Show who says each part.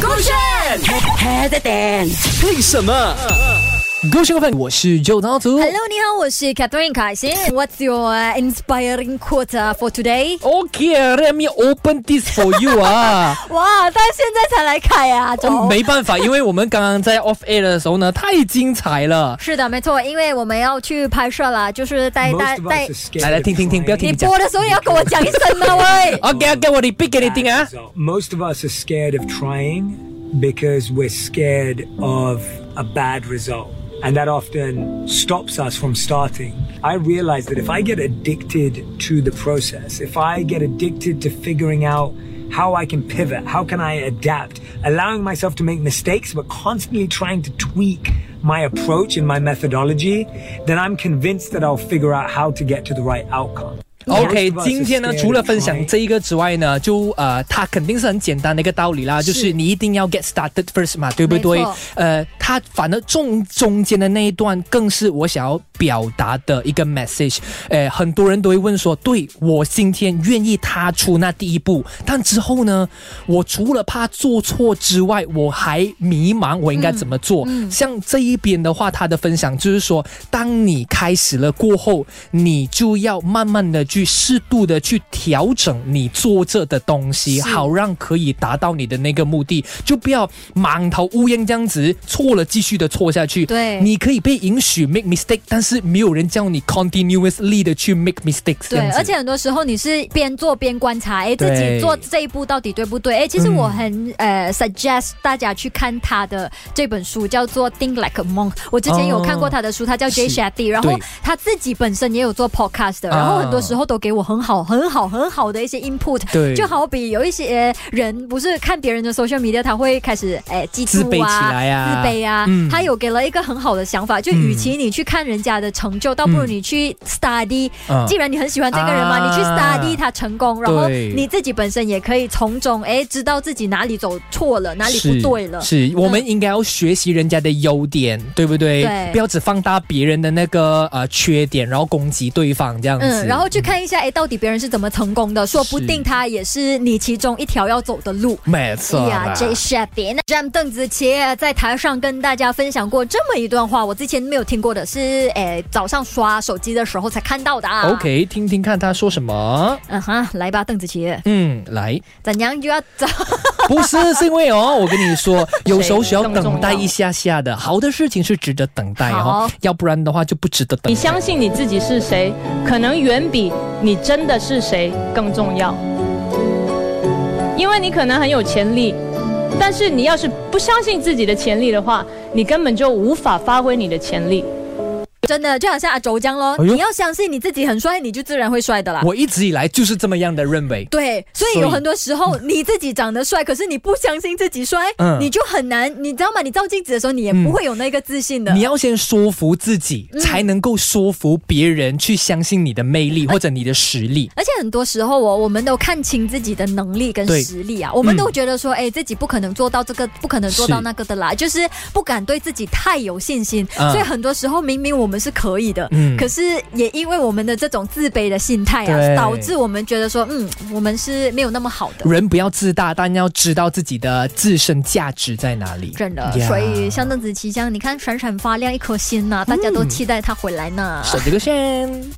Speaker 1: 勾选 head dance。
Speaker 2: 为什么？各位小伙伴，我是周大图。
Speaker 1: Hello，你好，我是 Catherine 凯欣。What's your uh, inspiring quote uh, for today？
Speaker 2: OK，let、me open this for you 啊。
Speaker 1: 哇，他现在才来凯啊，
Speaker 2: 哦
Speaker 1: 总。
Speaker 2: 没办法，因为我们刚刚在 off air 的时候呢，太精彩了。
Speaker 1: 是的，没错，因为我们要去拍摄啦，就是带带带。
Speaker 2: 来来听听听，不要听
Speaker 1: 你
Speaker 2: 你讲。
Speaker 1: 播的时候也要跟我讲一声啊，喂！
Speaker 2: OK OK，我的 b 给你听啊。
Speaker 3: Most of us are scared of trying because we're scared of a bad result. And that often stops us from starting. I realize that if I get addicted to the process, if I get addicted to figuring out how I can pivot, how can I adapt, allowing myself to make mistakes, but constantly trying to tweak my approach and my methodology, then I'm convinced that I'll figure out how to get to the right outcome.
Speaker 1: 哎
Speaker 2: OK，
Speaker 3: Most of us are
Speaker 2: 今天呢，
Speaker 3: scared
Speaker 2: 除了
Speaker 3: of
Speaker 2: 分享
Speaker 3: trying.
Speaker 2: 这一个之外呢，就呃，它肯定是很简单的一个道理啦，就是你一定要 get started first 嘛，对不对
Speaker 1: 没错？
Speaker 2: 呃，它反而中中间的那一段更是我想要表达的一个 message。呃，很多人都会问说，对我今天愿意踏出那第一步，但之后呢，我除了怕做错之外，我还迷茫，我应该怎么做？像这一边的话，他的分享就是说，当你开始了过后，你就要慢慢的去适度的去调整你做这的东西，好让可以达到你的那个目的，就不要满头乌烟这样子，错了继续的错下去。
Speaker 1: 对
Speaker 2: 你可以被允许 make mistake，但是没有人叫你 continuously 的去 make mistakes 这
Speaker 1: 对
Speaker 2: 样，子。
Speaker 1: 而且很多时候你是边做边观察，哎，自
Speaker 2: 对嗯
Speaker 1: 己做这一步到底对不对？哎，其实我很、呃 suggest 大家去看他的这本书，叫做《Think Like a Monk》。我之前有看过他的书，他叫 Jay
Speaker 2: 哦是
Speaker 1: Shetty，然后
Speaker 2: 对
Speaker 1: 他自己本身也有做 podcast 的，
Speaker 2: 啊
Speaker 1: 然后很多时候都给我很好、很好、很好的一些 input。
Speaker 2: 对
Speaker 1: 就好比有一些人不是看别人的 social media，他会开始哎嫉妒啊、
Speaker 2: 自卑起来啊
Speaker 1: 自卑啊，
Speaker 2: 嗯
Speaker 1: 他有给了一个很好的想法，就
Speaker 2: 嗯
Speaker 1: 与其你去看人家的成就，倒不如你去 study
Speaker 2: 嗯
Speaker 1: 既然你很喜欢这个人嘛，
Speaker 2: 啊
Speaker 1: 你去 study 他成功，然后
Speaker 2: 对
Speaker 1: 你自己本身也可以从中哎知道自己哪里走错了，哪里不对了。嗯
Speaker 2: 是，是我们应该要学习人家的优点，对不对？
Speaker 1: 对
Speaker 2: 不要只放大别人的那个呃缺点，然后攻击对方这样子。
Speaker 1: 嗯，然后去看一下，哎，到底别人是怎么成功的？说不定他也是你其中一条要走的路。哎
Speaker 2: 没错啦。
Speaker 1: ，J s h a b i n Jam 邓紫棋在台上跟大家分享过这么一段话，我之前没有听过的是，哎，早上刷手机的时候才看到的啊。
Speaker 2: OK，听听看他说什么。
Speaker 1: 嗯哈，来吧，邓紫棋，
Speaker 2: 嗯，来，
Speaker 1: 怎样就要走？
Speaker 2: 不是，是因为哦，我跟你说，有时候需要等待一下下的，好的事情是值得等待哦
Speaker 1: 好，
Speaker 2: 要不然的话就不值得等待。哦
Speaker 4: 你相信你自己是谁，可能远比你真的是谁更重要。因为你可能很有潜力，但是你要是不相信自己的潜力的话，你根本就无法发挥你的潜力。
Speaker 1: 真的就好像阿周这样咯，
Speaker 2: 哎呦
Speaker 1: 你要相信你自己很帅，你就自然会帅的啦。
Speaker 2: 我一直以来就是这么样的认为。
Speaker 1: 对，所以
Speaker 2: 所以
Speaker 1: 有很多时候你自己长得 帅，可是你不相信自己帅，
Speaker 2: 嗯
Speaker 1: 你就很难，你知道吗？你照镜子的时候，你也不会有那个自信的。
Speaker 2: 你要先说服自己，才能够说服别人去相信你的魅力或者你的实力。
Speaker 1: 而且很多时候哦，我们都看清自己的能力跟
Speaker 2: 对嗯
Speaker 1: 实力啊，我们都觉得说，哎、自己不可能做到这个，不可能做到
Speaker 2: 是
Speaker 1: 那个的啦，就是不敢对自己太有信心。
Speaker 2: 啊
Speaker 1: 所以很多时候，明明我们是可以的，
Speaker 2: 嗯
Speaker 1: 可是也因为我们的这种自卑的心态啊，
Speaker 2: 对
Speaker 1: 导致我们觉得说，嗯，我们是没有那么好的。
Speaker 2: 人不要自大，但要知道自己的自身价值在哪里。
Speaker 1: 真的
Speaker 2: Yeah 嗯
Speaker 1: 所以像邓紫棋这样，你看闪闪发亮一颗心呐、大家都期待她回来呢。
Speaker 2: 手这个线。